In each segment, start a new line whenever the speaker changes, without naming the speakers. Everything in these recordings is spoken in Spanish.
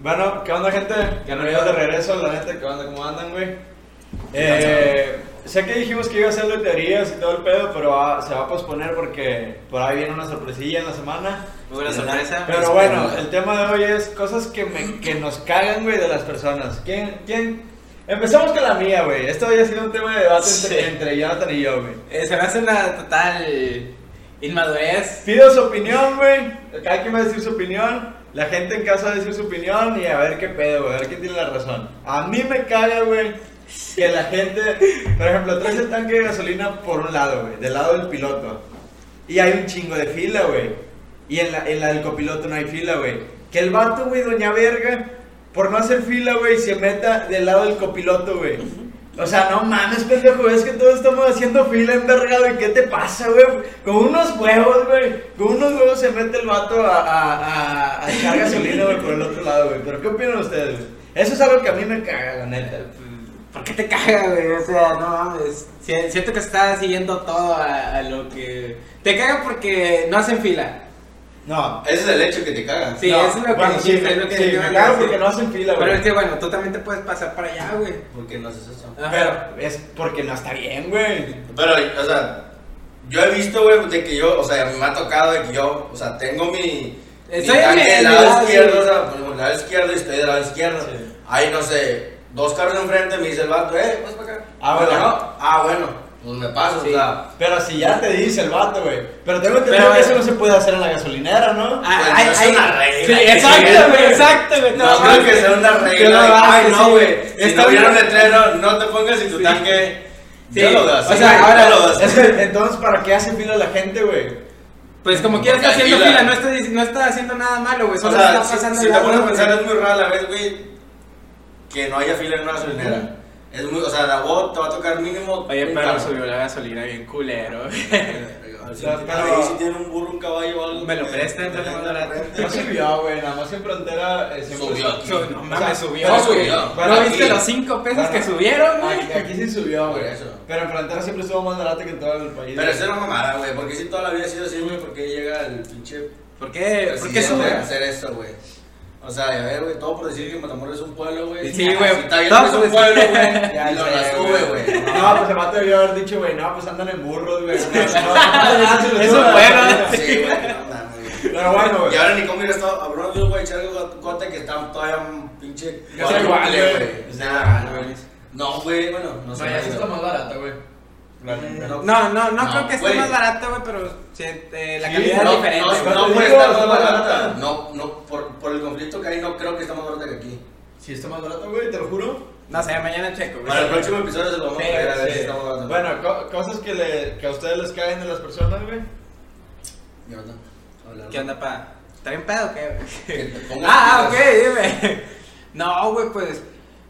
Bueno, ¿qué onda, gente? Bienvenidos de regreso, la neta, ¿qué onda? ¿Cómo andan, güey? Eh, sé que dijimos que iba a hacerlo de teorías y todo el pedo, pero va- se va a posponer porque por ahí viene una sorpresilla en la semana.
Muy buena sorpresa. Este,
Pero bueno, el tema de hoy es cosas que, me, que nos cagan, güey, de las personas. ¿Quién? ¿Quién? Empezamos con la mía, güey. Esto había sido un tema de debate entre,
Sí.
entre Jonathan y yo, güey.
Eh, se me hace una total inmadurez.
Pido su opinión, güey. Cada quien va a decir su opinión. La gente en casa va a decir su opinión y a ver qué pedo, güey. A ver quién tiene la razón. A mí me caga, güey. Que la gente, por ejemplo, traes el tanque de gasolina por un lado, güey, del lado del piloto. Y hay un chingo de fila, güey. Y en la, en la del copiloto no hay fila, güey. Que el vato, güey, doña verga, por no hacer fila, güey, se meta del lado del copiloto, güey. O sea, no mames, pendejo, es que todos estamos haciendo fila en verga, güey. ¿Qué te pasa, güey? Con unos huevos, güey. Con unos huevos se mete el vato a, a, a, a echar gasolina, güey, por el otro lado, güey. Pero ¿qué opinan ustedes? güey? Eso es algo que a mí me caga, la neta.
¿Por qué te caga, güey? O sea, no mames. Si- Siento que está siguiendo todo a, a lo que. Te caga porque no hacen fila.
No.
Ese es el hecho que te cagas.
Sí,
no.
eso es lo que
bueno, sí,
dijiste, es lo que
sí,
yo
me
iba a
cago
decir.
porque no hacen fila, güey.
Pero es que bueno, tú también te puedes pasar para allá, güey.
Porque no haces eso.
Ajá.
Pero es porque no está bien, güey.
Pero, o sea, yo he visto, güey, de que yo, o sea, me ha tocado de que yo, o sea, tengo mi. mi
Estoy en
tanque
el-
del
en el
lado
lado, sí.
izquierdo, o sea, ponemos el lado izquierdo y estoy del lado izquierdo.
Sí.
Ahí, no sé, dos carros enfrente me dice el vato, eh, vas para acá.
Ah, bueno.
Yo, "No". Ah, bueno, pues me paso,
Sí.
o sea.
Pero si ya te dice el vato, güey. Pero tengo entendido
Pero-
que eso no se puede hacer en la gasolinera, ¿no?
Ah,
Pues,
ay,
no es
ay.
una
Sí,
regla, que se
exacto,
vea.
güey, exacto, güey.
No, creo que sea una
que lo
regla. de que,
hagas,
Ay, no,
sí,
güey.
güey.
Si
Está
no hubiera un
bien.
letrero, no te pongas en tu
Sí.
tanque.
Sí.
Ya lo das.
O sea, ahora-
lo das.
Es que, entonces, ¿para qué hace fila la gente, güey?
Pues como quieras está
Porque
haciendo
fila.
fila, no está, dic- no está haciendo nada malo, güey.
O
Solo
sea,
está pasando
si, si
de
te
lado,
pones a
güey.
pensar, es muy rara la vez, güey, que no haya fila en una gasolinera. Es muy, o sea, la voz te va a tocar mínimo.
Oye,
un
pero
carro.
subió la gasolina bien culero.
A ver si-
No,
a ver
pero-
si tiene un burro, un caballo o algo.
Me lo
que-
prestan,
que
te lo
tenga
mando
de
la-
frente.
No subió, güey. Nada más en frontera eh, siempre-
Subió aquí.
Su- No
O
mames,
sea,
subió.
no
güey.
subió.
¿No
Bueno,
viste
sí.
los 5 pesos que
Bueno,
subieron, güey?
Aquí, aquí sí subió, güey.
Por eso.
Pero en frontera siempre estuvo más barata que en todo el país.
Pero
güey.
eso era mamada, güey, porque si toda la vida ha sido así, güey, porque llega el pinche.
¿Por qué? ¿Por qué
presidente
sube?
a hacer eso, güey? O sea, a ver, güey, todo por decir que Matamoros es un pueblo, güey.
Sí, güey.
Si está bien,
Todo
que es
por
un pueblo,
decir-
güey.
Ya
Y lo
sé,
la sube, güey.
No, pues el vato debió haber dicho, güey, no, pues andan en burros, güey. No, no, no, no, no,
Es
no,
un
no,
pueblo.
no, no.
Sí, güey, no mames.
Pero bueno, güey.
Y ahora ni cómo ir a Bruno Dios, güey, echarle gota que están todavía un pinche.
Ya está igual, güey.
O sea, No, güey, bueno, no sé. güey.
barata, güey. Eh,
No,
No, no, no,
No,
creo que esté
güey.
más barato, güey, pero sí, eh, la
Sí,
calidad
no,
es diferente.
no,
güey.
no,
Te
puede
digo,
estar
está
más
barata.
barata. No, no, por, por el conflicto que hay, no creo que está más barata que aquí.
Si está más barato, güey, te lo juro.
No sé, mañana checo, güey.
Para el próximo episodio se lo vamos a
Sí,
ver a ver
sí.
si está más barata.
Bueno, co- cosas que, le, que a ustedes les caen de las personas, güey.
¿Qué onda? Hablar.
¿Qué onda, pa? ¿Está bien pedo o qué?
Que te pongas
Ah, ah, ok,
pilas.
dime. No, güey, pues,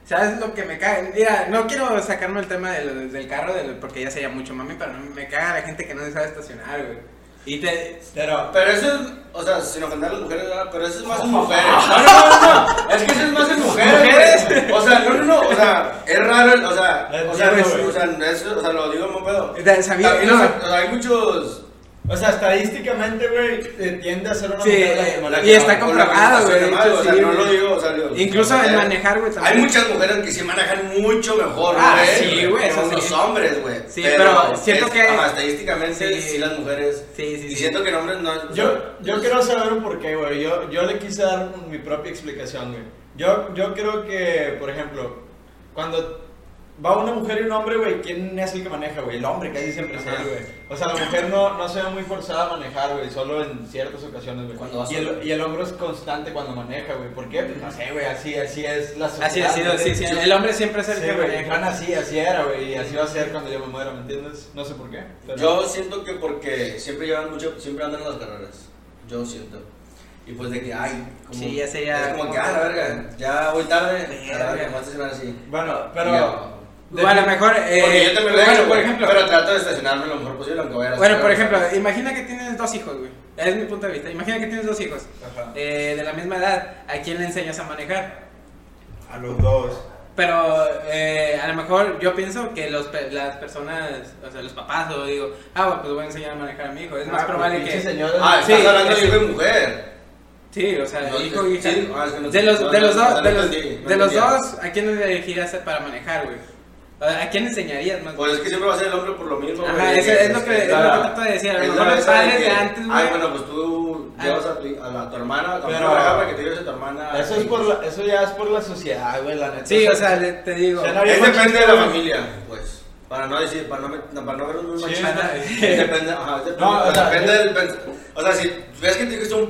¿sabes lo que me caga? Mira, no quiero sacarme el tema del, del carro del- porque ya sería mucho mami, pero me caga la gente que no sabe estacionar, güey. Y te...
Pero,
Pero eso es, o sea, sin ofender a las mujeres, ¿verdad? pero eso es más en mujeres. No, no, no, no, es que eso es más en mujeres. güey. O sea, no, no, no, o sea, es raro, el- o sea, o sea,
Entiendo,
es-
güey.
o sea, eso, o sea, lo digo en buen pedo.
te- sabía-
También,
no,
o sea, o sea, hay muchos.
o sea, estadísticamente, güey, eh, tiende a ser una
Sí,
mujer la que
y
maneja.
que
está
no- con la que
comprobado,
no
güey,
estaciona
de
mal,
hecho,
O sea,
sí,
no lo
güey.
digo, o sea, digo,
Incluso
o
en
sea,
manejar, güey,
Hay
también.
muchas mujeres que se manejan mucho mejor,
Ah,
güey.
sí, güey,
que
eso
los
sí.
hombres, güey.
Sí, pero siento
es-
que-
ajá, estadísticamente,
Sí.
sí, las mujeres.
Sí, sí,
Y
sí.
siento que en hombres no.
Yo, yo quiero saber un porqué, güey. Yo, yo le quise dar un- mi propia explicación, güey. Yo, yo creo que, por ejemplo, cuando va una mujer y un hombre, güey, ¿quién es el que maneja, güey? El hombre casi siempre es él,
Ajá.
güey. O sea, la mujer no, no se ve muy forzada a manejar, güey, solo en ciertas ocasiones, güey.
Cuando vas
Y el,
solo.
y el hombre es constante cuando maneja, güey. ¿Por qué? Pues no sé, güey, así, así es la sociedad.
Así ha sido,
güey.
sí, sí. El hombre siempre es el
Sí,
que
güey,
maneja.
van así, así era, güey, y así va a ser cuando yo me muera, ¿me entiendes? No sé por qué. pero-
Yo siento que porque siempre llevan mucho, siempre andan en las carreras. Yo siento. Y pues de que, ay, como.
Sí, ya sé, ya-
Es como que, ah, la verga, ya voy tarde.
Verga.
a La verga, me voy a estacionar así.
Bueno, pero...
Ya.
O a lo mejor... eh,
Porque yo también lo he
bueno,
hecho,
por
güey,
ejemplo...
Pero trato de estacionarme lo mejor posible, aunque vaya a las
Bueno, por
carreras.
ejemplo, imagina que tienes dos hijos, güey. Es mi punto de vista. Imagina que tienes dos hijos
Ajá.
eh, de la misma edad. ¿A quién le enseñas a manejar?
A los dos.
Pero eh, a lo mejor yo pienso que los, pe- las personas, o sea, los papás, o digo,
pues
ah, bueno, pues voy a enseñar a manejar a mi hijo. Es más probable que.
señor.
Ah,
Sí,
estás hablando
sí.
de hijo y mujer.
Sí, o sea,
No,
hijo
sí,
hija.
sí, no, es que no-
de los,
no,
de
no,
los
no,
dos,
no
de los,
entendí, no
de los
entendí.
dos, ¿a quién elegirías para manejar, güey? O sea, ¿A quién enseñarías más?
Pues es que siempre va a ser el hombre por lo mismo.
Ajá,
güey,
es-
que-
es lo que- es lo
la-
que trato de decir, a lo
es la
mejor los
esa de
padres
que,
de antes, güey.
Ay, bueno, pues tú
Ah.
llevas a, tu- a la- tu hermana, a tu
Pero-
hermana para acá para que te lleves a tu hermana. pues,
Eso, es por la- eso ya es por la sociedad, güey, la neta.
sí, o sea, le- te digo.
Ya no
Es depende de la
Güey.
familia, pues. Para no decir, para no, me- no, para no ver un
Sí,
machista.
es
Es Depende, ajá, es depende, pues,
No, o sea,
depende
eh,
yo-
del pens- O sea, si ves que tu hijo es un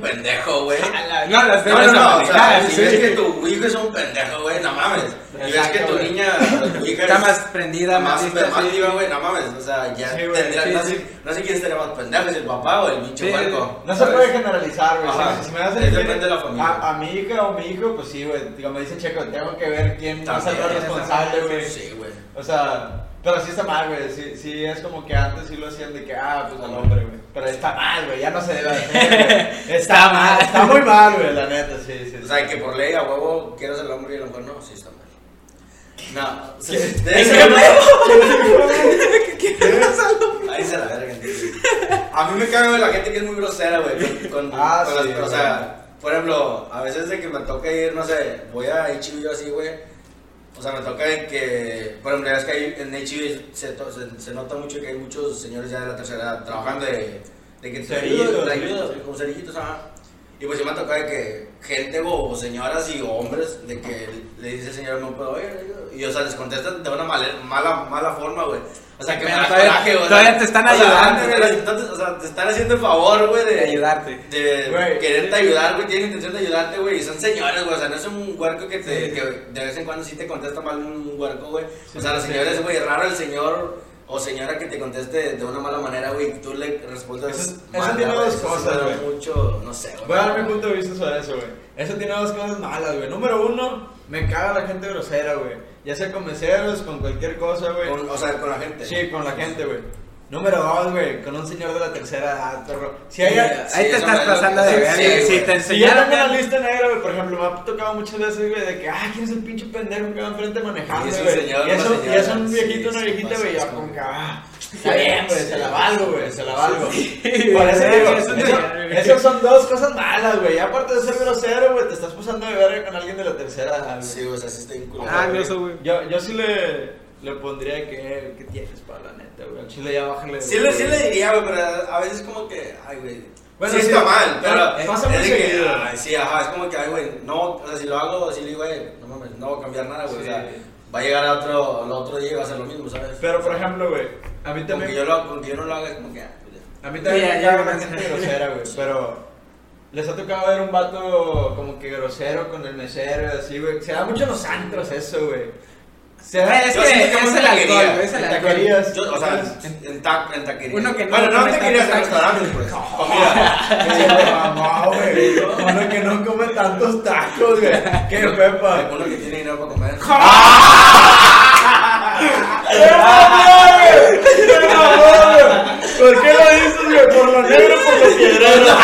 pendejo, güey.
A la- no, las
No, no,
debes
no, o sea,
manejar,
si
sí.
ves que tu hijo es un pendejo, güey, no mames. Y ves que
Exacto,
tu
güey.
niña, tu hija
Está
es-
más prendida,
más
más lista, sí.
permativa, güey, no mames. O sea, ya
Sí, güey,
tendría,
sí,
no,
sí.
Sé, no sé quién estaría más pendejo, si el papá o el pinche
Sí,
puerco.
No se
¿sabes?
puede generalizar, güey.
Ajá.
Si, si me das a
Depende
elegir
de la familia.
A, a mi hija o mi hijo, pues sí, güey. Digo, me dice Checo, tengo que ver quién es
También,
el más responsable, güey.
Sí, güey.
O sea, pero sí está mal, güey. Sí, sí, es como que antes sí lo hacían de que, ah, pues al hombre, güey. Pero está mal, güey. Ya no se debe hacer, güey.
Está mal.
Está muy mal, güey, la neta, sí, sí. sí.
O sea, que por ley a huevo quieras el hombre y el mujer no, sí está mal. No, sí, de
¿Qué?
eso
¿Qué?
no.
¿Qué quieres algo?
Ahí se la verga. A mí me caga güey, la gente que es muy grosera, güey. Con, con-
Ah,
con las-
sí,
O sea, por ejemplo, a veces de que me toca ir, no sé, voy a HB así, güey. O sea, me toca de que, por ejemplo, ya es que ahí en HB se, to- se, se nota mucho que hay muchos señores ya de la tercera edad trabajando de, de que te
Cerillos,
ayudan, te
sí.
ayudan, güey, como cerillitos, ajá. Y pues yo me toca de que gente o o señoras y hombres de que le dice el señor no puedo ir. Y o sea, les contestan de una male- mala, mala forma, güey. O sea, que
Pero
me da
todavía-
coraje, güey.
todavía te están
O sea,
ayudando,
antes de
güey.
las- entonces, o sea, te están haciendo el favor, güey, de
De ayudarte.
De
Güey.
quererte ayudar, güey, tienen intención de ayudarte, güey. Y son señores, güey. O sea, no es un huerco que, te,
Sí.
que de vez en cuando sí te contesta mal un huerco, güey.
Sí,
o sea, los
sí.
señores, güey, raro el señor o señora que te conteste de una mala manera, güey, y tú le respondas.
Eso- eso
mal,
tiene
güey,
dos
sí
cosas,
me da
güey.
mucho, no sé, güey.
Voy a dar mi punto de vista sobre eso, güey. Eso tiene dos cosas malas, güey. Número uno, me caga la gente grosera, güey. Ya sea con meseros, con cualquier cosa, güey.
Con- o sea, con la gente.
Sí, con la gente, güey. Número dos, güey, con un señor de la tercera edad, perro. Si hay,
Ahí
sí,
te
eso
estás
me-
pasando de
sí,
verga.
sí,
güey. Si
güey.
te
Si ya tengo una
enseñaron.
lista negra, güey, por ejemplo, me ha tocado muchas veces, güey, de que, ah, ¿quién es el pinche pendejo que va enfrente manejando,
Y es un
güey?
señor,
Y es
una
un- y es un
señora.
viejito,
Sí,
una
sí,
viejita,
pasa
güey, yo
eso.
como que, ah, está bien, güey, se la valgo, güey, se la valgo.
Sí.
Por eso
Sí,
digo,
es un
eso-
señor, güey.
esas son dos cosas malas, güey. Y aparte de ser grosero, güey, te estás pasando de verga con alguien de la tercera edad, güey.
Sí, o sea, sí está bien culero,
Ah,
güey.
groso, güey.
Yo, yo sí le, le pondría que, ¿qué tienes para la neta, güey? Al Chile ya bájale.
Sí le, sí le diría, güey, pero a veces como que, ay, güey.
Bueno,
sí,
sí,
está mal, pero.
eh, pasa muy
es de que,
seguido.
ay, sí, ajá, es como que, ay, güey, no, o sea, si lo hago, sí le digo, güey, no mames, no va a cambiar nada, güey. O sea,
Sí.
va a llegar a otro, al otro día y va a ser lo mismo, ¿sabes?
Pero, por ejemplo, güey, a mí
Aunque
también...
yo, lo, con que yo no lo haga, es como que, ah, pues, ya.
A mí también
Ya,
me
ya,
caga
ya.
la gente grosera, güey. Pero les ha tocado ver un vato como que grosero con el mesero y así, güey. Se da mucho en los antros eso, güey. Se da
Es
Yo
que
siento que
es
uno
el
te
alcohol,
quería,
güey, es el
en
alcohol.
taquerías.
Yo, o sea, en, en, ta, en taquería.
Uno que no
bueno, no
come
te querías en
tacos.
restaurantes, pues. Comida.
Ay, güey, mamá, güey. Uno que no come tantos tacos, güey. Qué pepa.
Uno que tiene dinero para comer.
¿Por qué lo dices, güey? ¿Por lo negro o por lo piedrero?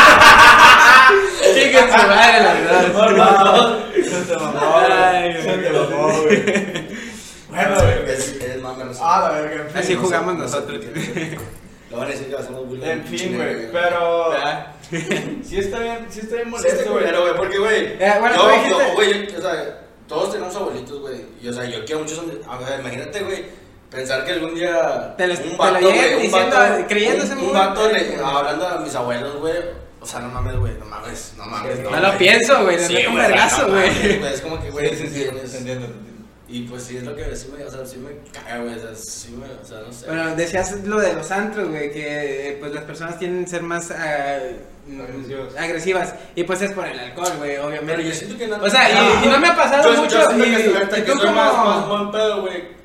Chica, su madre, la
No,
verdad.
no. Se te mamó,
Ay,
güey. Se
güey.
te mamó, güey. Bueno, güey.
Es, es más menos.
Ah, la verga, en fin.
Así
No
jugamos
sé, no sé
nosotros.
por qué. Lo van a decir que hacemos bullying.
En fin, güey.
Chingue,
Pero.
Ah.
Sí está bien, sí está bien
Sí, este
molesto, güey.
culero, güey, porque, güey.
Eh, bueno,
yo,
tú dijiste-
yo, güey, yo- o sea, todos tenemos abuelitos, güey. Y, o sea, yo quiero muchos. hombres- a ver, imagínate, güey, pensar que algún día.
Te les- te lo llegan diciendo, creyéndose
un,
muy-
un vato le- hablando a mis abuelos, güey. O sea, no mames, güey, no mames, no mames.
Sí,
no lo pienso, güey, le meto un
o sea,
vergazo,
no
güey.
mames, Es como que, güey,
Sí, sí, sí,
tienes-
te entiendo, te entiendo.
Y pues sí, es lo que sí me, o sea, sí me caga, güey. O sea, sí me, o sea, no sé.
Bueno, decías lo de los antros, güey, que eh, pues las personas tienden a ser más ah, mm,
Agresivas.
agresivas. Y pues es por el alcohol, güey, obviamente.
Pero yo siento que no.
O sea, y,
Ah.
y no me ha pasado
Yo- yo
mucho.
siento
y-
que soy hasta
y
que
tú
soy
como-
más, más buen pedo, güey.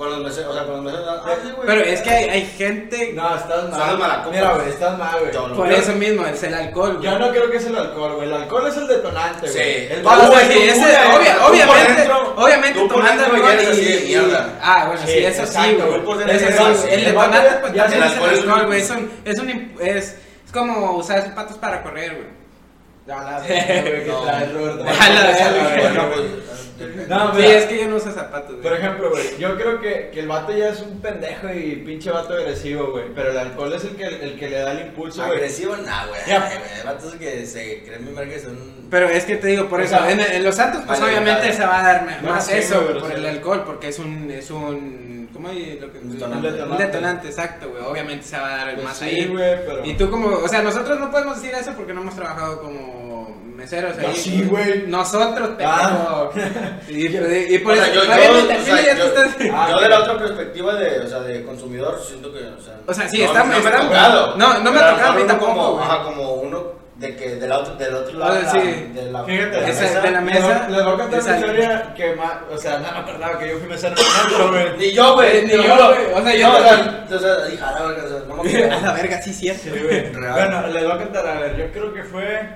Con los meseros, o sea, con los meseros. Ah, sí, güey.
Pero es que hay, hay gente.
No, estás
Son
mal.
los malacopas.
Mira, güey, estás mal, güey.
Yo no.
por
yo-
eso mismo, es el alcohol, güey.
Yo no creo que es el alcohol, güey. El alcohol es el detonante, güey.
Sí.
El
Tú,
Ah,
vato
güey,
que
ese-
empuja, güey.
obvia-
tú por
obviamente,
dentro-
obviamente
tú por
tomando
dentro
alcohol
ya eres
y,
así de
y-
mierda.
Ah, bueno, sí,
Sí,
eso sí,
exacto,
güey.
tú por
Eso
dentro
sí,
eres
güey.
así.
El
El
detonante
vato
pues,
ya-
también
el
es el
alcohol es un-
alcohol, güey. Es, un- es, un imp- es, es como usar zapatos para correr, güey.
Ya la verga, güey, que
No.
traes, Roberto.
A la
Esa
verga.
verga,
Bueno,
güey.
pues,
No,
sí,
mira.
es que yo no uso zapatos, güey.
Por ejemplo, güey, yo creo que, que el vato ya es un pendejo y pinche vato agresivo, güey. Pero el alcohol es el que, el que le da el impulso, güey.
Agresivo, nah, güey.
Ya.
Ay, güey, Vatos que se creen mi marca que son.
Pero es que te digo, por
O
eso,
sea,
en, en los santos, pues
vale,
obviamente
vale.
se va a dar me-
No,
más
sí,
eso,
güey,
güey,
pero
por
sí.
el alcohol, porque es un, es un, ¿cómo es lo que?
Un detonante.
Un detonante, exacto, güey, obviamente se va a dar
Pues
más
sí,
ahí.
güey, pero-
Y tú como, o sea, nosotros no podemos decir eso porque no hemos trabajado como meseros
Ah,
ahí.
sí, güey.
Nosotros,
Ah.
pendejo. Y, pues, y- y por
O sea,
eso,
yo- yo-
obviamente,
o
al
sea,
chile ya tú
yo-
estás-
Ah,
yo
ok.
de la otra perspectiva de, o sea, de consumidor, siento que, o sea,
O sea, sí,
no,
está-
no me ha
está-
tocado.
no, no me ha
Pero a lo
tocado a mí
mejor uno
tampoco,
Como,
güey.
ajá, como uno de que del otro, del otro
O
lado,
sea, sí.
de la,
Fíjate,
de la
esa-
mesa.
de la- mesa,
Les, les voy a contar
esa-
una historia que más. O sea, no me acordaba que yo fui mesero en un antro, güey.
Ni yo, güey,
Ni
te lo
yo,
juro.
güey, o sea, yo
no, o sea,
también.
o sea, dije, a la verga, o sea, no me
A la
acuerdo.
verga, sí, cierto.
Sí, güey.
Real.
Bueno, les voy a contar, a ver, yo creo que fue.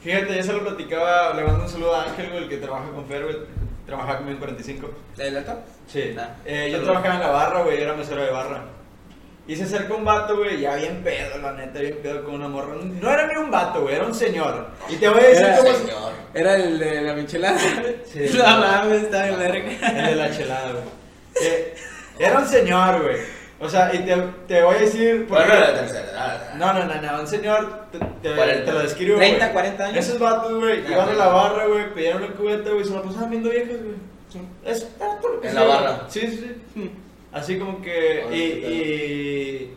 Fíjate, ya se lo platicaba, le mando un saludo a Ángel, güey, el que trabaja con Fer, güey. Trabajaba conmigo en 45.
¿La del alto?
Sí.
Ah,
Eh, yo
saludos.
trabajaba en la barra, güey, era mesero de barra. Y se acerca un vato, güey, ya bien pedo, la neta, bien pedo con una morra. No era ni un vato, güey, era un señor. Y te voy a decir
Era
cómo es-
Señor.
Era el de la michelada.
Sí.
No mames, está de verga.
El de la chelada, güey. Eh, era un señor, güey. O sea, y te, te voy a decir. por
Bueno,
qué-
la tercera edad.
No, no, no, no, un señor, te, te-
Cuarenta.
te lo describo,
30,
güey.
40 años.
Esos vatos, güey,
Ah,
iban a
güey.
la barra, güey, pidieron una cubeta, güey, se la pasaban viendo viejas, güey. Son- Es era todo lo que
En
sea,
la
güey.
barra.
Sí, sí, sí. Así como que,
Ahora
y,
sí, claro.
y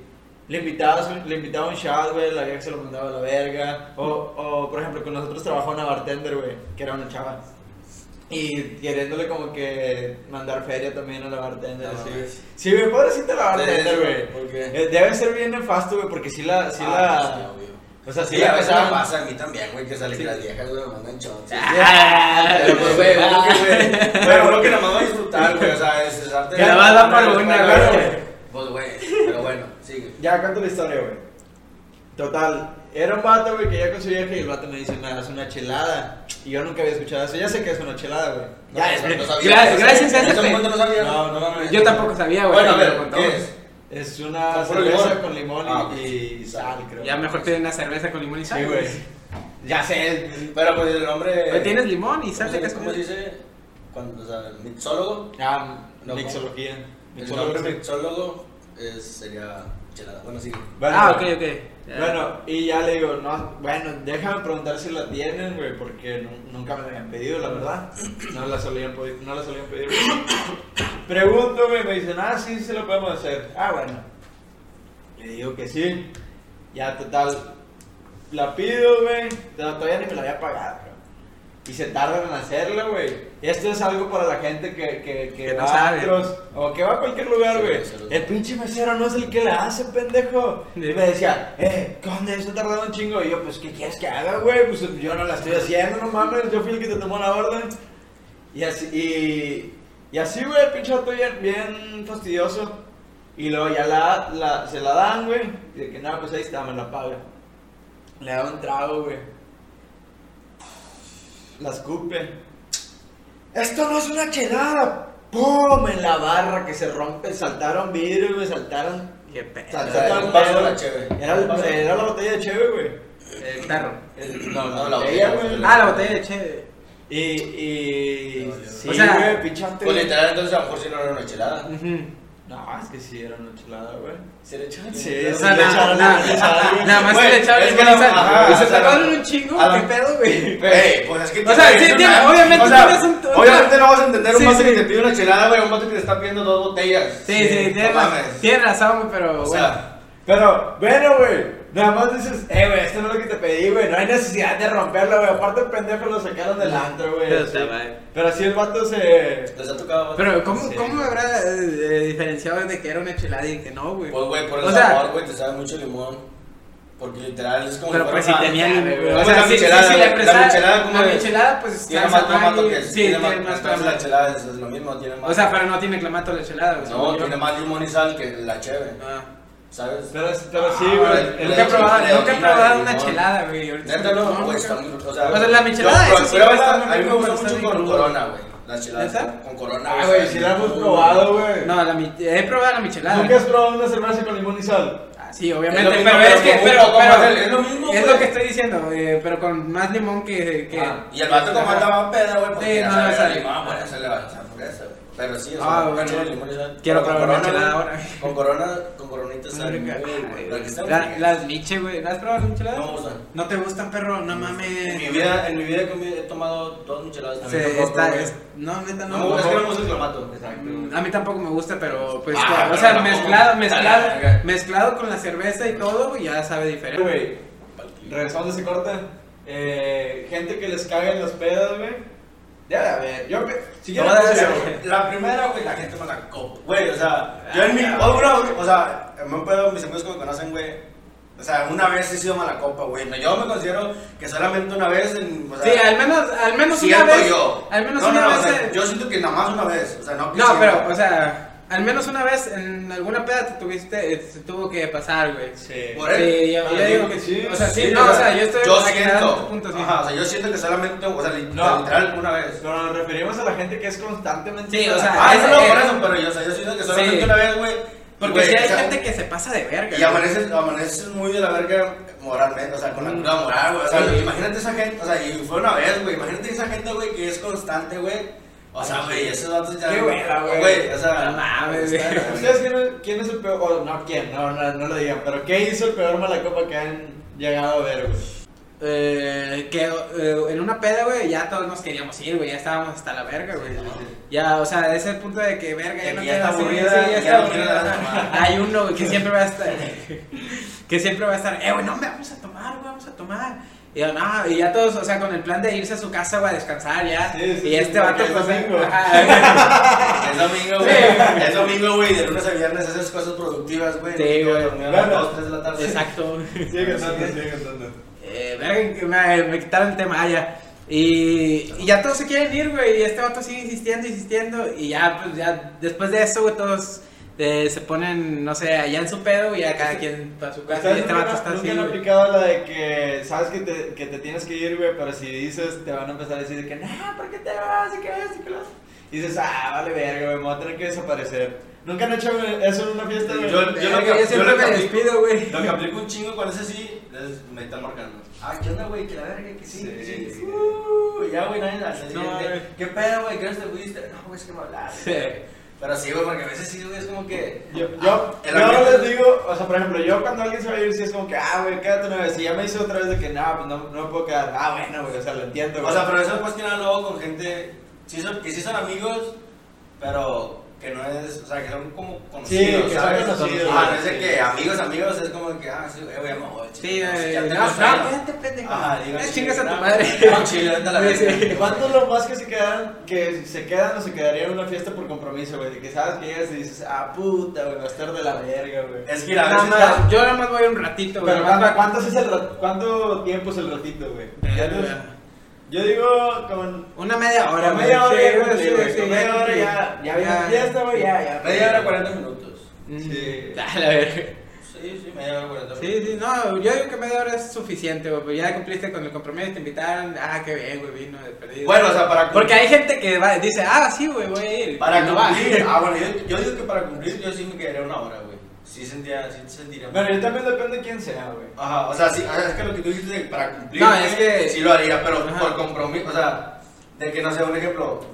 le invitabas, le invitaba un shot, güey, la vieja se lo mandaba a la verga. O, o, por ejemplo, con nosotros trabajó una bartender, güey, que era una chava. Y queriéndole como que mandar feria también a la bartender,
No
así,
mames.
güey. Sí, güey, pobrecita la bartender, güey.
¿Por qué?
Eh, Debe ser bien nefasto, güey, porque si la. Si
Ah,
la
sí, obvio.
o sea, si
Sí,
la
a veces
pesaban.
me pasa a mí también, güey, que sale
Sí.
que las viejas, güey, me mandan shots.
Ah,
Pero, pues, güey, uno que, güey, pero uno que nomás va a disfrutar, güey, o sea, es es arte.
Que la va a dar para una,
güey.
Pues, güey, pero bueno, sigue.
Ya, cuento la historia, güey. Total, era un vato, güey, que ya con su vieja y el vato me dice, nada, es una chelada. Y yo nunca había escuchado eso. Ya sé que es una chelada, güey.
No,
Ya,
no,
es,
no
Gra-
sabía.
gracias a
En ese
este.
momento no sabía.
No, no mames.
Yo tampoco sabía, güey.
Bueno, a
que me
ver,
lo contó.
¿qué es?
es una
Con puro
cerveza
limón.
con limón y,
Ah,
y sal, creo.
Ya mejor tiene una cerveza con limón y sal.
Sí, güey.
Ya sé, pero pues el nombre.
Oye, Tienes limón y sal,
¿Cómo
¿te
se-
casas
¿Cómo se dice? Cuando, o sea, mixólogo.
Ah,
No,
mixología.
El nombre
Mixología.
mixólogo es- sería chelada. Bueno, sigue.
Bueno,
ah, ok, ok. Ya.
Bueno, y ya le digo, no, bueno, déjame preguntar si la tienen, güey, porque nu- nunca me la habían pedido, la verdad. No la solían, podi- no la solían pedir. Pregunto, güey, me dicen, ah, sí, se lo podemos hacer. Ah, bueno. Le digo que sí. Ya, total. La pido, güey. pero Todavía ni me la había pagado, güey. Y se tardan en hacerla, güey. Esto es algo para la gente que, que, que
Que no
va a
sabe.
antros o que va a cualquier lugar,
Sí,
güey.
sí, sí.
El pinche mesero no es el que la hace, pendejo. Y me decía, eh, conde, esto ha tardado un chingo. Y yo, pues, ¿qué quieres que haga, güey? Pues yo no la estoy haciendo, no mames. Yo fui el que te tomó la orden. Y así, y, y así, güey, el pinche vato bien, bien fastidioso. Y luego ya la, la, se la dan, güey. Y de que nada, pues ahí está, me la paga. Le da un trago, güey. La escupe. Esto no es una chelada. ¡Pum! En la barra que se rompe, saltaron vidrios, güey, saltaron.
Qué pedo.
O sea,
saltaron
un vaso
pedo.
de la cheve.
Era,
Un vaso.
era la botella de cheve, güey.
El Eh, tarro.
El- No,
No,
la
la
botella,
botella,
güey.
Ah, la botella de cheve.
Y, y...
No,
Sí,
O sea-
güey, pinchante.
Pues literal, entonces a lo mejor si no era una chelada.
Ujú.
No, es que sí, era una chelada, güey.
¿Se le echaron?
Sí,
O
sí,
sea,
le
na-
echaron
na-
le echaron, güey.
Nada más
Güey,
que le echaron
es
limón
que
y
no-
sal.
ajá,
Y se
o sea,
tardaron
no-
un chingo.
a
¿Qué
la-
pedo, güey?
Ey, pues es que
O sea,
tiene
sí,
una-
tiene- obviamente tienes un- un-
Obviamente no vas a entender un
Sí,
vato
sí.
que te pide una chelada, güey, un vato que te está pidiendo dos botellas.
Sí, sí, tiene
no
razón.
mames.
Tiene razón, güey, pero
O
bueno.
sea,
Pero, bueno, güey, nada más dices, eh, güey, esto no es lo que te pedí, güey, no hay necesidad de romperlo, güey, aparte el pendejo lo sacaron del antro, güey.
Pero
sí.
está mal.
Pero sí el vato se...
les ha tocado.
Pero, ¿cómo,
Sí.
¿cómo habrá eh, eh, diferenciado de que era una chelada y que no, güey?
Pues, güey, por el
O sea-
sabor, güey, te sabe mucho limón. Porque literal es como.
Pero
fuera
pues si
una-
tenía limón.
güey.
O sea,
O sea, la
sí, sí,
michelada,
sí,
güey.
la
La
empresa-
michelada, ¿cómo
La
es?
michelada, pues.
Tiene
salsa
más clamato
Maggi,
que.
Sí,
tiene
tiene
más.
más
entonces la
clamato.
chelada es es lo mismo, tiene más.
O sea, pero no tiene clamato la chelada, güey.
No,
según yo.
tiene más limón y sal que la cheve,
Ah.
¿sabes?
Pero, pero sí,
Ah,
güey.
güey,
el-
Nunca he
leche,
probado,
creo
nunca he
que
probado
la
una
limón.
chelada, güey. ahorita
Neta no,
no,
güey,
nunca.
está muy- o sea,
O sea, la michelada,
yo-
esa sí,
pero
güey,
está-
está muy
a mí me
rica,
gusta
pero está
mucho
bien
con
cruda.
corona, güey. La chelada
¿Esa?
con corona.
Ah,
o
güey,
sea,
sí la hemos
muy-
probado, güey.
No, la mi- he probado la michelada.
¿Nunca has probado una cerveza con limón y sal?
Ah, sí, obviamente,
Es lo mismo,
pero
pero
es que,
con un
pero,
poco
pero-
más de- es lo mismo,
es
güey.
lo que estoy diciendo, güey, pero con más limón que, que-
Ah,
Y el vato como
Ajá.
andaba peda, güey,
Sí,
porque ya
no, no,
sabía
sale.
limón, güey, o sea, Pero sí, o
Ah,
sea,
bueno.
cancha de limón y sal.
Quiero
Pero
probar una
corona,
chelada
güey.
ahora.
Con corona, con coronitas sal.
Verga.
muy bueno. Las que están
La-
ricas.
Las miche, güey. ¿Las has probado las micheladas?
No me gustan.
No te gustan, perro. No
En mi
mames.
vida, en mi vida he comido- he tomado dos micheladas.
Se-
tampoco,
está-
güey.
es- no, neta, no.
No,
no.
es que no me gusta el clamato.
Mm, A mí tampoco me gusta, pero pues,
Ah,
claro, o
pero
sea,
tampoco.
mezclado, mezclado,
Ah, acá.
mezclado con la cerveza y todo, güey, ya sabe diferente.
Güey, regresando a ese corte. eh, gente que les caga en las pedas, güey. Ya, a ver, yo. pe- Si
No,
quieres,
no,
pues,
no,
güey.
güey. la primera, güey, la gente me la copa. Güey, o
Ah,
sea, yo en mi. Oh, bro, güey, o sea, me un pedo, mis amigos que me conocen, güey. O sea, una vez he sido mala copa, güey. No, yo me considero que solamente una vez en. O sea,
Sí, al menos, al menos una
siento
vez.
yo.
Al menos
no,
una
no, no,
vez.
o sea,
eh,
yo siento que nada más una vez. O sea, no. que
no,
siempre.
pero, o sea, al menos una vez en alguna peda te tuviste, eh, te tuvo que pasar, güey.
Sí.
Por él.
Sí, yo-
Ah,
yo
digo
digo
que sí.
O sea, sí,
Sí,
no,
o
o
sea,
sea, yo estoy
Yo
exagerando
siento.
tu punto, sí.
Ajá, o sea, yo siento que solamente, o sea, li-
No.
literal, una vez.
No, nos referimos a la gente que es constantemente.
Sí, o sea,
Ah,
ese-
no, no, por
eh,
eso, pero yo, o sea, yo siento que solamente
Sí.
una vez, güey.
Porque
Güey,
sí hay
o sea,
gente que se pasa de verga.
Y
güey.
amaneces, amaneces muy de la verga moralmente, o sea, con la cruda moral, güey. O sea,
Sí.
imagínate esa gente, o sea, y fue una vez, güey. Imagínate esa gente, güey, que es constante, güey. O sea, güey, esos datos ya.
Qué buena, güey.
Güey, o sea.
No mames,
está-
güey.
¿Ustedes quién, quién es el peor? o no, quién, no, no, no lo digan, pero ¿qué hizo el peor malacopa que han llegado a ver, güey?
Eh, que eh, en una peda, güey, ya todos nos queríamos ir, güey, ya estábamos hasta la verga, güey. Ya, o sea, ese punto de que verga, ya
Que
no
ya
quiero
está
hacer-
aburrida,
sí, ya
ya
está
no quiero
aburrida.
nada más.
Hay uno, güey, que siempre va a estar, que siempre va a estar, eh, güey, no, hombre, vamos a tomar, güey, vamos a tomar. Y yo, no, y ya todos, o sea, con el plan de irse a su casa, güey, a descansar, ya.
Sí, sí,
y
sí,
este
porque
vato,
es
pues,
domingo.
ajá,
Es domingo, güey. Es domingo, güey. De lunes a viernes haces cosas productivas, güey.
Sí,
No te quedas
güey.
dormido a las
Bueno.
2, 3 de la tarde.
exacto.
Sigue contando,
Así es.
sigue contando.
Eh, verga, que me, me quitaron el tema, ah, ya. Y, y ya todos se quieren ir, güey. Y este vato sigue insistiendo, insistiendo. Y ya, pues, ya, después de eso, güey, todos eh, se ponen, no sé, allá en su pedo y ya cada
Este,
quien para su casa. Y
¿Ustedes
este
nunca,
vato está
nunca
así,
han
güey.
aplicado la de que sabes que te, que te tienes que ir, güey, pero si dices, te van a empezar a decir de que, no, ¿por qué te vas? ¿Y qué vas? ¿Y qué vas? Y dices, ah, vale verga, güey, me voy a tener que desaparecer. ¿Nunca han hecho güey, eso en una fiesta? güey?
Yo- yo
Verga,
lo que-
Eh, Yo siempre
lo que
me
aplico-
despido, güey.
Lo que aplico un chingo con ese sí, es, me están marcando. Ah, ¿qué onda, güey? Que la verga, que sí. que
Sí.
sí. Uh, ya, güey, nadie la hace.
No, güey.
¿Qué pedo, güey? ¿Qué hora te fuiste? No, güey, es que me hablaste. Pero sí, güey, porque a veces sí, güey, es como que. Ah,
Yo, yo,
El
yo
ambiente-
les digo, o sea, por ejemplo, yo cuando alguien se va a ir, sí es como que, ah, güey, quédate una vez. Y ya me hizo otra vez de que, no, pues no, no me puedo quedar. Ah, bueno, güey, o sea, lo entiendo, güey.
O sea, pero eso es más que nada luego con gente sí son- que sí son amigos, pero que no es. O sea, que son como conocidos.
que son
¿sabes?
conocidos,
Ah,
sí.
no es de que amigos, amigos, es como que, ah, sí, güey, voy a mover.
Sí,
ya
güey.
tengo
No, no,
sueño.
quédate, pendejo.
Ajá, digo,
Eh,
sí,
chingas a tu
no,
madre.
No, chile, vete a la
Sí, sí.
verga.
¿Cuánto es lo más que se quedan, que se quedan o se quedarían en una fiesta por compromiso, güey? De que sabes que llegas y dices, ah, puta, güey, va a estar de la verga, güey.
Es que a
Nada
veces
más,
está-
yo nada más voy un ratito, güey.
Pero
nada más
¿cuánto, cuánto es el rat- ¿cuánto tiempo es el ratito, güey?
para-
Ya no- Yo digo, con
Una media hora,
con
güey.
media hora
Sí,
ya
güey,
cumplí,
sí,
güey.
sí,
Con media hora
cumplí.
ya, ya viene la fiesta, güey, ya, ya.
Media hora, 40 minutos.
Sí.
Mm, A la verga.
Sí, sí, media hora, 40 minutos.
Sí, sí, no, yo digo que media hora es suficiente, güey, pues ya cumpliste con el compromiso, te invitaron, ah, qué bien, güey, vino de perdido.
Bueno, o sea, para
Porque
cumplir.
hay gente que va, dice, ah, sí, güey, voy a ir.
Para
y no va.
cumplir. Ah, bueno, yo, yo digo que para cumplir yo sí me quedaría una hora, güey. Sí sentía, sí sentiría.
Bueno, yo también depende de quién sea, güey.
Ajá, o sea, sí, o sea, es que lo que tú dijiste de para cumplir.
No,
güey,
es que-
Sí lo haría, pero
Ajá.
por compromiso, o sea, de que no sé, un ejemplo.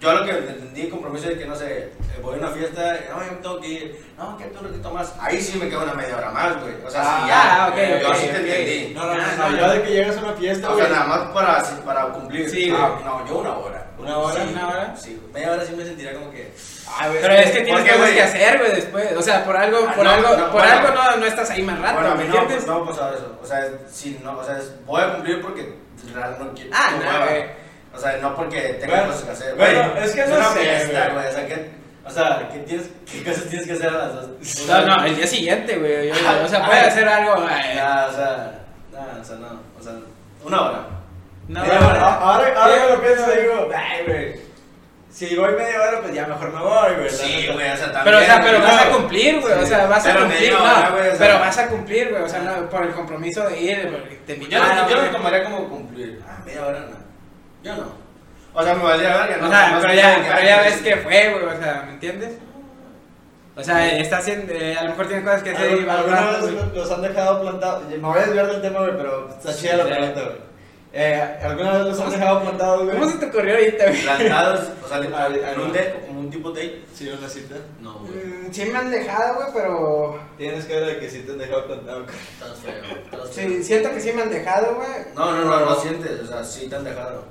Yo lo que entendí en compromiso de que no sé, eh, voy a una fiesta, no, yo me tengo que ir, no, que tú un ratito más. Ahí sí me queda una media hora más, güey. O sea, sí, ya.
Ah,
Eh,
ok,
yo
ok,
sí te
ok.
entendí.
No, no, no,
Ah,
no,
no.
yo de que llegas a una fiesta,
O
güey.
sea, nada más para, sí, para cumplir.
Sí,
Ah,
güey.
no, yo una hora.
¿Una hora?
Sí,
¿Una hora?
Sí, güey. media hora sí me sentiría como que.
Ah, güey,
Pero es que tienes
Porque,
cosas
güey.
que hacer, güey, después. O sea, por algo,
Ah,
por
no,
algo,
no,
por
bueno.
algo no, no estás ahí más rato,
bueno, a
¿me
mí no,
entiendes?
pues, no me ha pasado eso. O sea, es- si no, o sea, es- voy a cumplir porque en realidad no quiero.
Ah,
no,
no,
güey.
güey.
O sea, no porque tenga
Bueno,
cosas que hacer.
bueno, es que no
una
sé,
fiesta,
güey.
güey. O sea, ¿qué, o sea ¿qué, tienes, ¿qué cosas tienes que hacer a las dos?
No, no, el día siguiente, güey, yo- o sea, puedes
Ay.
hacer algo, ay,
Nah, o sea, nah, o sea, no. O sea, una hora.
no,
Mira,
no,
ahora, ahora, ahora
Sí,
que lo pienso,
güey.
digo, ay, güey. Si voy media hora, pues ya mejor me voy, güey. la
Sí,
neta.
güey, o sea, también.
Pero, o sea, pero
no.
vas a cumplir, güey, o sea, vas a
Pero
cumplir,
media hora, güey,
no,
o sea.
pero vas a cumplir, güey, o sea, no, por el compromiso de ir, porque te
Yo
invitaron.
no, yo
Ah, güey.
lo tomaría como cumplir. Ah, media hora no. Yo no. O sea, me valía verga.
O
no,
sea,
nomás
pero
me
ya,
quedaba
pero ya
que-
ves que fue, güey, o sea, ¿me entiendes? O sea, está haciendo, eh, a lo mejor tiene cosas que hacer y va a
Alguna
hablar,
vez
güey.
los- los han dejado plantados. Me voy a desviar del tema, güey, pero está chida la
Sí.
pregunta, güey. Eh, ¿Alguna vez los han dejado plantados, güey?
¿Cómo se te ocurrió ahorita, güey?
Plantados, o sea, en un de, como un tipo date.
Sí, una cita.
No, güey.
Mm, Sí me han dejado, güey, pero...
Tienes cara de que sí te han dejado plantado.
Estás feo. estás
Sí,
feo.
siento que sí me han dejado, güey.
No, no, no, no sientes, o sea, sí te han dejado.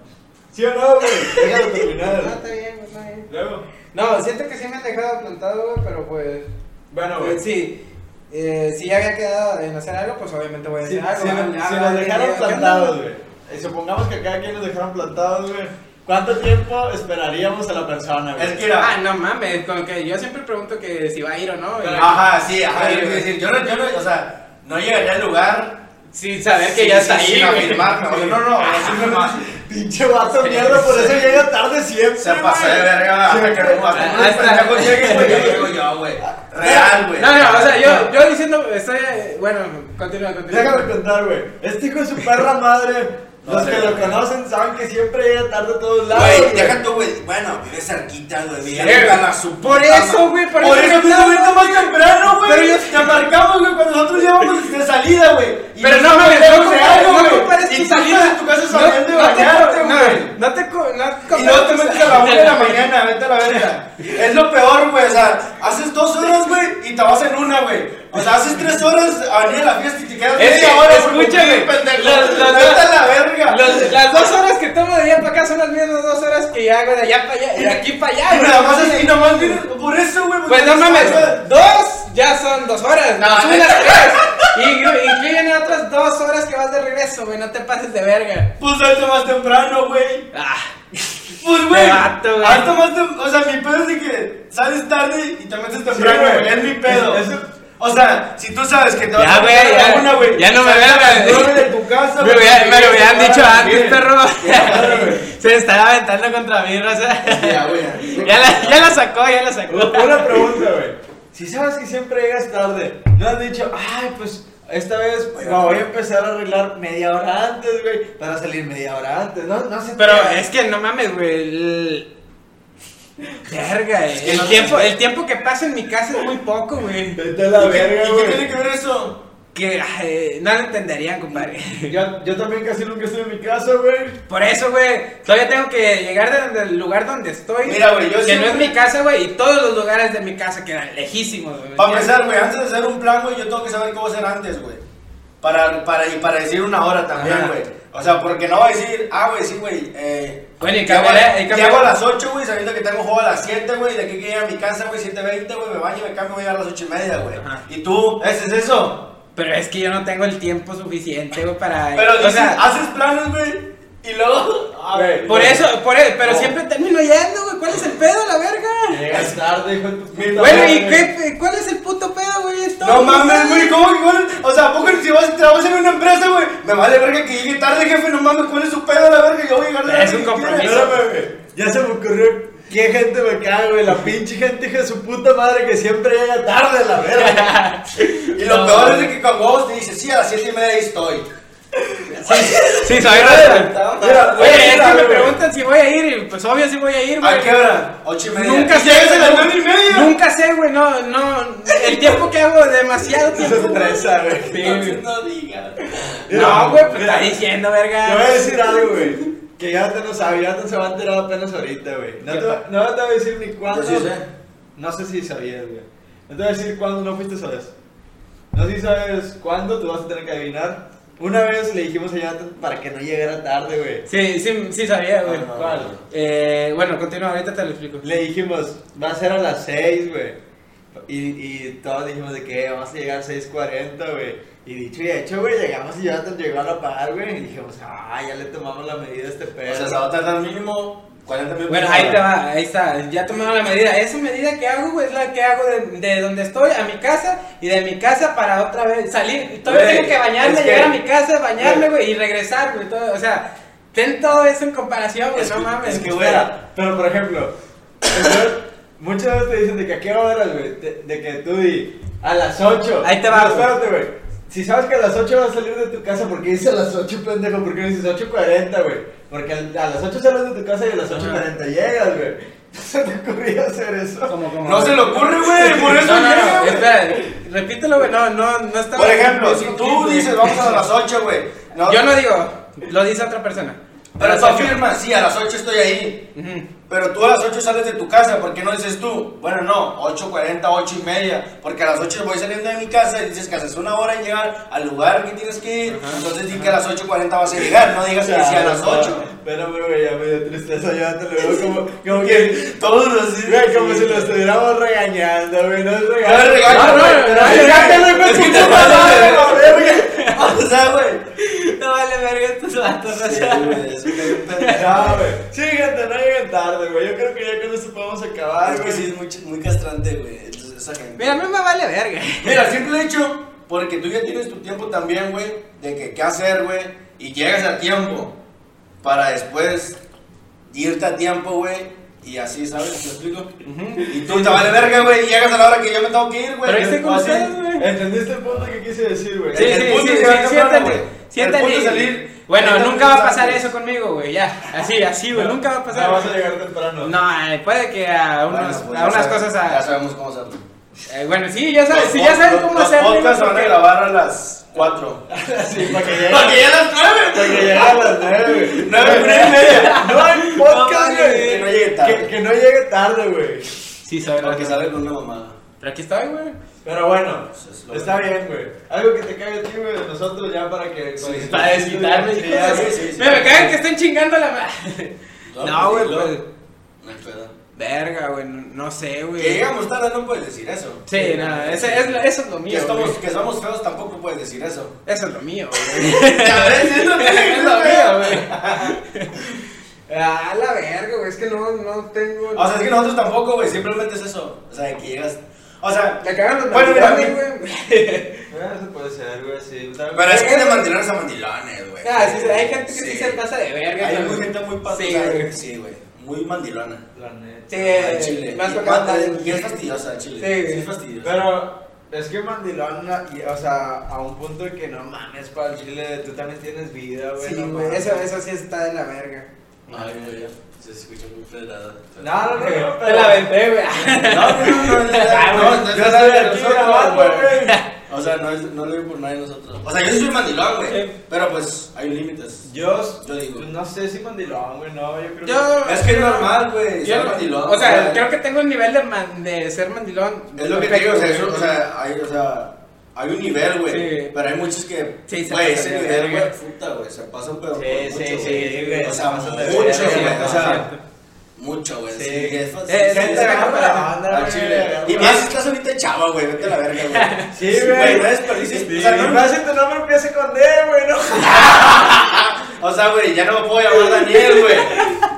¿Sí o no, güey? Déjalo
No,
terminar.
Ah, está bien, güey, está bien.
Luego.
No, siento que sí me han dejado plantado, güey, pero pues...
Ah,
Bueno, güey.
Pues sí, eh, si ya había quedado en hacer algo, pues obviamente voy a
Si,
hacer algo.
si-
Ah,
si
ah,
nos
ah, ¿qué
dejaron
onda?
plantados, güey. Y Supongamos que a cada quien nos dejaron plantados, güey. ¿Cuánto tiempo esperaríamos a la persona, güey?
Es que era.
Ah, no mames, como que yo siempre pregunto que si va a ir o no. y-
Ajá, sí, ajá.
Sí,
yo iba a
güey.
decir, Yo no, yo no, o sea, no llegaría al lugar.
Sin saber que
sin-
ya está
sin
ahí, güey.
afirmarme, güey. No, no, no, simplemente.
Pinche vato mierda, por eso llega tarde siempre.
Se pasó de verga,
Sí,
hasta que
güey.
no pasó.
Ah, está.
Yo yo, güey. Real, güey.
No, no, o sea, yo, yo diciendo, estoy, bueno, continúa, continúa.
Déjame contar, güey. Este hijo de su perra madre.
No
los
sé,
que lo
güey.
conocen saben que siempre llega tarde a todos lados.
Güey,
güey.
deja tú, güey. Bueno, vive cerquita, güey. Vive
Sí,
en
güey.
Calazu-
Por eso, güey, por
Por,
eso
eso
no
tú
hablaba,
subiste más temprano, güey.
Pero yo-
te marcamos, güey, cuando nosotros llevamos de salida, güey. Y
Pero no,
nosotros
mames,
queremos
no compares,
algo,
no
güey.
compares
Y
tu
tú estás
salida.
en tu casa
No,
saliendo de
no te-
bañarte,
no,
güey.
No te, co- no
Y luego te metes a la 1 de la mañana, vete a la verga. Es lo peor, güey. O sea, haces dos horas, güey, y te vas en una, güey. O sea, haces tres horas a venir a la fiesta y te quedas
Es que,
media hora, güey,
escúchame,
con tu pendejo.
las- las-
Vete a la verga.
Los- las dos horas que tomo de allá para acá son las mismas dos horas que ya hago de allá para allá, de aquí para allá.
Y
güey.
nada más así, nada más vienes- Por eso, güey. porque
Pues no mames,
o sea,
dos ya son dos horas, no, son las tres. Y y incluyen otras dos horas que vas de regreso, güey, no te pases de verga.
Pues alto más temprano, güey.
Ah,
Pues, güey.
Qué vato, güey.
Alto más temprano. O sea, mi pedo es de que sales tarde y te metes temprano,
güey.
güey. Es mi pedo.
Es- es-
O sea, si tú sabes que te vas
Ya,
a
güey,
meter a
ya.
la una, güey.
Ya no me
sales a las
veas.
nueve de tu casa,
me, hubiera- me lo hubieran dicho antes,
Bien.
perro. Se estaba aventando contra mí, raza.
Ya, güey.
Ya la, ya la sacó, ya la sacó.
Una pregunta, güey. Si sabes que siempre llegas tarde, ¿no has dicho, ay, pues esta vez me voy a empezar a arreglar media hora antes, güey, para salir media hora antes? No, no sé.
Pero es que no mames, güey. El... Verga, eh.
que
el,
no-
tiempo, el tiempo que pasa en mi casa es muy poco, güey.
Vete a la
¿Y qué-
verga,
¿Y qué tiene
güey.
que ver eso?
Que ay, no lo entenderían, compadre.
Yo, yo también casi nunca estoy en mi casa, güey.
Por eso, güey, todavía tengo que llegar de donde- del lugar donde estoy.
Mira, güey, yo
Que no
siempre-
es mi casa, güey, y todos los lugares de mi casa quedan lejísimos, güey.
Para empezar, güey, antes de hacer un plan, güey, yo tengo que saber cómo hacer antes, güey. Para, para, y para decir una hora
Ajá.
también, güey. O sea, porque no va a decir, ah, güey, sí, güey. Eh,
Bueno, y
llego,
cambiaré-
a-
y cambiaré-
llego a las 8, güey, sabiendo que tengo juego a las 7, güey. De aquí que llegue a mi casa, güey, 7.20, güey, me baño, me cambio, voy a llegar a las 8 y media, güey.
Ajá.
Y tú, ese es eso.
Pero es que yo no tengo el tiempo suficiente, güey, para.
Pero
Eh, o
dices, "Ah,
sea,
haces planes, güey, y luego. Ah,
Güey,
por eso, por eso, pero
No.
siempre termino yendo, güey. ¿Cuál es el pedo, la verga?
Llegas tarde, hijo de tu puta
Bueno, ¿y
madre.
qué, cuál es el puto pedo, güey? Es todo,
No mames, güey, ¿cómo que cuál? O sea, ¿a poco si vas, trabajas en una empresa, güey? Me vale verga que llegue tarde, jefe, no mames, ¿cuál es su pedo la verga? Yo voy a llegar tarde.
Es un compromiso.
Espérame, güey. Ya se me ocurrió qué gente me cae, güey. La pinche gente, hija de su puta madre, que siempre llega tarde, la verga.
Y lo
No,
peor es
güey.
de que con huevos te dice, sí, a las 7 y media ahí estoy.
Sí, soy rata.
Mira,
Oye, es
mira,
que me
güey.
preguntan si voy a ir, y pues obvio si voy a ir, güey.
¿A qué hora? 8 y media.
Nunca
¿Y llegas a las
güey.
9 y media.
Nunca sé, güey, no, no. El tiempo que hago, demasiado
Eso
tiempo.
es estresa, güey.
Sí,
Entonces
güey.
no digas.
No, güey, pues
Mira,
está diciendo,
Te voy
verga.
a decir algo, güey. Que ya te no sabe, ya te se va a enterar apenas ahorita, güey. No,
¿Qué
te va- no te voy a decir ni cuándo.
Yo sí sé.
No sé si sabías, güey. No te voy a decir cuándo no fuiste sabes. No sé si sabes cuándo, tú vas a tener que adivinar. Una vez le dijimos a Jonathan para que no llegara tarde, güey.
Sí, sí, sí sabía, güey.
Ah, no.
¿Cuál?
Eh, bueno, continúa, ahorita te lo explico.
Le dijimos, va a ser a las 6, güey. Y, y todos dijimos de que vamos a llegar a 6.40, güey. Y dicho y hecho, güey, llegamos y Jonathan llegó a la par, güey. Y dijimos, ah, ya le tomamos la medida a este
O
pedo.
sea, se va a tardar mínimo 40 minutos.
Bueno, ahí te va, ahí está, ya tomaron la medida. Esa medida que hago, güey, es la que hago de, de donde estoy a mi casa y de mi casa para otra vez salir. Y Todavía
Güey,
tengo que bañarme,
es que-
llegar a mi casa, bañarme, güey, y regresar, güey. todo, O sea, ten todo eso en comparación, güey,
Es
no
que-
mames.
Es que, güey, pero por ejemplo, entonces, muchas veces te dicen de que a qué horas, güey, de, de que tú di a las 8.
Ahí te va,
No,
güey.
espérate, güey. Si sabes que a las 8 vas a salir de tu casa, ¿por qué dices a las 8, pendejo? ¿Por qué no dices 8.40, güey? Porque al- a las 8 sales de tu casa y a las 8.40 llegas, güey. ¿No se te ocurría hacer eso?
Como- como-
No se le ocurre, güey, por eso
no, no,
llega,
no,
güey.
espera, repítelo, güey, no, no, no está
Por ejemplo, si
no,
tú
güey.
dices, vamos a las 8, güey.
Yo no digo, Lo dice otra persona. A
Pero
las
tú
ocho.
afirmas, sí, a las 8 estoy ahí.
Ujú.
Pero tú a las 8 sales de tu casa, ¿por qué no dices tú? Bueno, no, 8.40, 8 y media, porque a las 8 voy saliendo de mi casa y dices que haces una hora en llegar al lugar que tienes que ir, entonces di que a las 8.40 vas a llegar, no digas que sí a las 8.
Espérame, güey, ya me dio tristeza, ya te lo veo como, como que,
Todos los
güey, como si lo estuviéramos regañando, güey, no es
No es
regaño.
regaño,
No, no,
güey,
no,
pero
no,
es
no,
regaño,
no,
güey,
no,
es que
no,
te
no,
pasas de
no, no,
verga. O sea, güey.
No vale verga estos vatos, o
Sí,
sea.
güey, es que es un
No,
pendejo.
güey, sí, gente, no lleguen tarde, güey, yo creo que ya con esto podemos acabar,
Es que
güey.
sí, es muy, ch- muy castrante, güey. Entonces, esa gente.
Mira, a mí me vale verga.
Mira, simple hecho, porque tú ya tienes tu tiempo también, güey, de que qué hacer, güey, y llegas a tiempo para después irte a tiempo, güey, y así, ¿sabes? ¿Me explico? Y tú te vale verga, güey, y llegas a la hora que yo me tengo que ir, güey.
Pero ahí se
O así.
conoce, güey.
¿Entendiste el punto que quise decir, güey?
Sí,
El- el
sí,
punto
sí,
es
sí, sí,
llegar temprano,
siéntate,
güey. El
siéntate
punto es
y-
salir-
Bueno,
neta,
nunca va a pasar
¿sabes?
eso conmigo, güey, ya. Así, así, güey, nunca va a pasar.
No vas a llegar temprano.
No, eh, puede que a,
Bueno,
unos,
pues,
a
ya
unas
sabes-
cosas
Ya
a...
sabemos cómo hacerlo.
eh, bueno, sí, ya sabes, sí, ya
Los-
sabes
los-
cómo
los
hacerlo.
podcasts se van a
porque-
grabar a las 4.
Sí, para que llegue.
Porque ya a las 9.
Para que llegue a las nueve, güey.
Nueve, nueve y media.
No hay podcast,
No,
güey.
Que no llegue tarde.
Que, que no llegue tarde, güey.
Sí, sabes.
Porque sale con una mamada.
Pero aquí estoy, güey.
Pero bueno,
Pues es lo
está bien, güey. Algo que te caiga a ti, güey, de nosotros ya para que.
Sí,
que-
Para desquitarme.
Sí,
Sí,
ya,
sí,
güey.
sí, sí.
me me cagan que estén chingando la... ma- No, güey,
dilo.
pues...
No hay pedo.
Verga, güey, no, no sé, güey.
Que llegamos tarde no puedes decir eso.
Sí, no, ese, es, lo- eso es lo
Que,
mío,
estamos,
güey.
que somos feos tampoco puedes decir eso.
Eso es lo mío, güey.
Ya ves, es lo que
es lo
digo,
mío,
güey.
güey. Ah, la verga, güey, es que no, no tengo...
O sea, es que nosotros tampoco, güey, simplemente es eso. O sea, de que llegas. O sea,
Me cagan los
Bueno, mira,
navideños, güey.
Ah, Eso puede ser, güey, sí.
pero es que de mantenerse a mandilones, güey.
Ah, sí, sí, hay gente que sí,
Sí.
se pasa de verga.
Hay
pero-
muy gente muy
Sí,
pasada.
güey.
Sí, güey. muy mandilona.
La neta.
Al
Sí,
chile.
me has
Y
tocado
manda-
también.
Y es fastidiosa, al chile.
Sí, güey.
Sí, es fastidiosa.
Pero es que mandilón, la- y- o sea, a un punto de que no mames, para el chile, tú también tienes vida, güey.
Sí,
no
güey,
mames.
eso, eso sí está de la verga.
Ay, güey. Se escucha muy federada.
No, no, no, no,
Te
pero- Ah,
la venté, güey.
No, no, no, no, no, no, no,
Yo
no,
estoy
no,
aquí
nosotros,
grabando,
güey.
güey.
O sea, no, es, no lo digo por nadie de nosotros. O sea, yo sí soy mandilón, güey.
Sí.
Pero pues hay límites.
Yo,
Yo digo.
no sé si mandilón, güey, no, yo creo
Yo-
Es que es normal, güey.
Yo
Ser
no-
mandilón.
o sea, creo que tengo el nivel de, man- de ser mandilón.
Es lo que te digo, o sea, eso- o sea, hay, o sea, hay un nivel, güey.
Sí.
Pero hay muchos que.
Sí, se
güey,
pasan
ese
de
nivel, güey,
verga.
puta, güey. Se pasan, pero.
Sí,
por
sí,
mucho,
sí,
güey.
güey,
O
se
sea,
pasan
mucho,
de
güey.
verga,
O
sí,
sea,
cierto.
mucho, güey.
Sí.
Sí, es fácil.
Eh,
sí,
gente,
se
agarra
agarra
la
la-
banda,
al
güey,
chile.
agarra
Y
la-
más si estás ahorita chava, güey. Vete a la verga, güey.
Sí, güey.
No desperdicies.
Sí,
O sea, no,
más si tu nombre empieza con D, güey, no.
O sea, güey, ya no me puedo llamar Daniel, güey.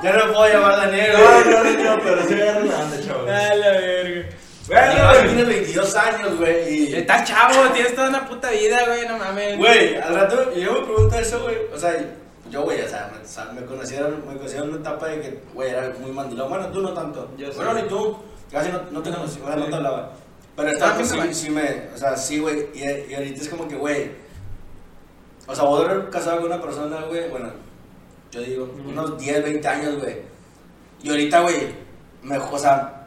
Ya no me puedo llamar Daniel,
No,
güey.
no, no, no, pero sí agarra la banda, chavos.
A Ah, la verga.
Y
Bueno, pues,
más
güey.
tienes 22 años, güey. y-
Estás chavo, tienes toda una puta vida, güey, no mames.
Güey, al rato yo me pregunto eso, güey. O sea, yo, güey, o sea, me, o sea, me conocieron, me conocieron en una etapa de que, güey, era muy mandilón. Bueno, tú no tanto.
Yo sí.
bueno, ni tú. Casi no, no te conocí, bueno, no te hablaba. Pero
Ah,
estaba
pues,
sí,
güey.
sí me, o sea, sí, güey. Y, y ahorita es como que, güey. O sea, voy a haber casado con una persona, güey, bueno, yo digo, unos 10, 20 años, güey. Y ahorita, güey, me, o sea,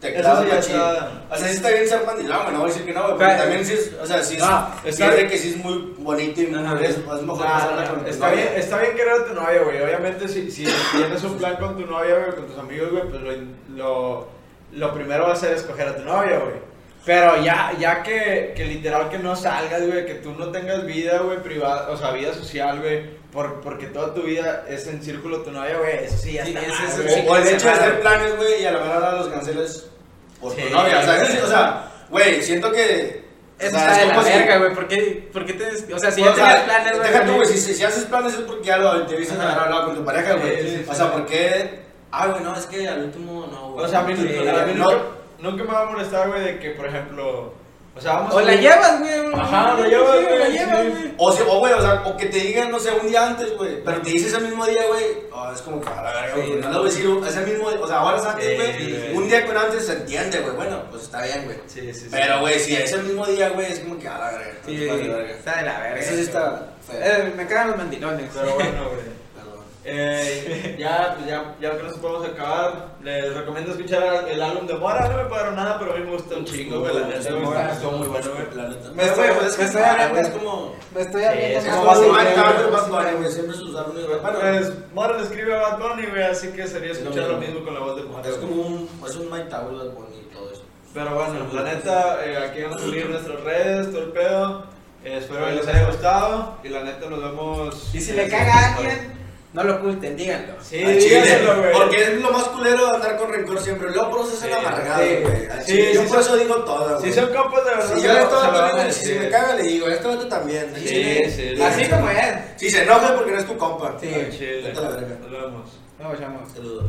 te
Eso
clavas
sí ya
machín.
está.
O sea, sí está bien ser mandilón, güey, no voy a decir que no, güey, pero
Claro.
también sí es, o sea, sí es,
Ah,
sí
está
es de
bien.
que sí es muy bonito y muy,
Ajá.
es, es mejor
Ah,
pasarla con tu
está,
novia.
bien, está bien querer a tu novia, güey. Obviamente, si, si tienes un plan con tu novia, güey, con tus amigos, güey, pues lo, lo, lo primero va a ser escoger a tu novia, güey. Pero ya, ya que, que literal que no salgas, güey, que tú no tengas vida, güey, privada, o sea, vida social, güey, por, porque toda tu vida es en círculo tu novia, güey, eso sí, ya
Sí,
está.
ese es el
güey.
ciclo
O el hecho de
cerrado.
hacer planes, güey, y a la verdad los canceles por
Sí.
tu novia. O sea, eso sí, o sea, güey, siento que. o
Eso
sea,
está de la
como si-
verga, güey. ¿Por qué, por qué tienes.? O sea, si
Bueno,
ya
o
tenías
sea,
planes, güey.
Deja tú, güey,
también-
si, si- si haces planes es porque ya lo te viste haber hablado con tu pareja, güey.
Sí, sí, sí.
o sea, porque. Ah, güey, no, es que al último no, güey.
O sea, a mí,
Sí,
a mí
no.
nunca, nunca me va a molestar, güey, de que, por ejemplo, O sea, vamos
O la
ir-
llevas, güey.
Ajá, la
Sí,
llevas,
o la
güey,
llevas,
sí.
güey.
O, si- o, güey, o sea, o que te digan, no sé, un día antes, güey. Pero te dice ese mismo día, güey. ah, es como que a la verga,
Sí,
güey. no
no.
le voy a decir un- ese mismo O sea, horas antes,
Sí,
güey.
sí,
un
sí.
día con antes se entiende, güey. Bueno, pues está bien, güey.
Sí, sí, sí.
Pero, güey, si ese mismo día, güey, es como que a la verga. no te
Sí,
pases de verga.
está de la verga.
Eso sí está feo.
Eh, me cagan los mandilones.
Pero bueno, güey.
Perdón.
Eh, ya, pues ya, ya que nos podemos acabar, les recomiendo escuchar el álbum de Mora. No me pagaron nada, pero a mí me gusta un chingo, güey. La neta, güey, está- estuvo muy bueno, güey.
La neta.
Me estoy-
Pues es que
me estoy
es
abriendo.
güey, Es como.
Me estoy
abriendo
abriendo.
Es
Es
más
como
como
Bad
Bunny,
Bunny,
güey.
güey, Bad Bunny, güey. Siempre sus álbumes, güey. Bueno,
Pues Mora le escribe a Bad Bunny, güey, así que sería
Es lo
escuchar lo
mismo.
mismo con la voz de Mora.
es
güey.
como un. Es un Mike Tower, Bad Bunny y todo eso.
Pero bueno, la neta, eh, aquí vamos a subir nuestras redes, todo el pedo. Eh, espero que les haya gustado y la neta nos vemos.
Y si
eh,
le caga a alguien, no lo oculten, díganlo.
Sí,
Al chile,
díganselo, güey.
Porque es lo más culero de andar con rencor siempre. Luego por eso es el
Sí,
amargado,
sí,
güey. Al
sí,
chile,
sí
yo por
son-
eso digo todo,
Si
güey.
son compas de verdad,
Si
se lo-
yo le
se lo
estaba
van a
también, si
decir.
me caga, le digo, esto vato también. al
Sí,
chile.
sí, sí.
Así como es.
Si se enoja es porque no es tu compa.
Sí.
Al chile.
Vete a la verga.
Nos vemos.
Nos vemos.
Saludos.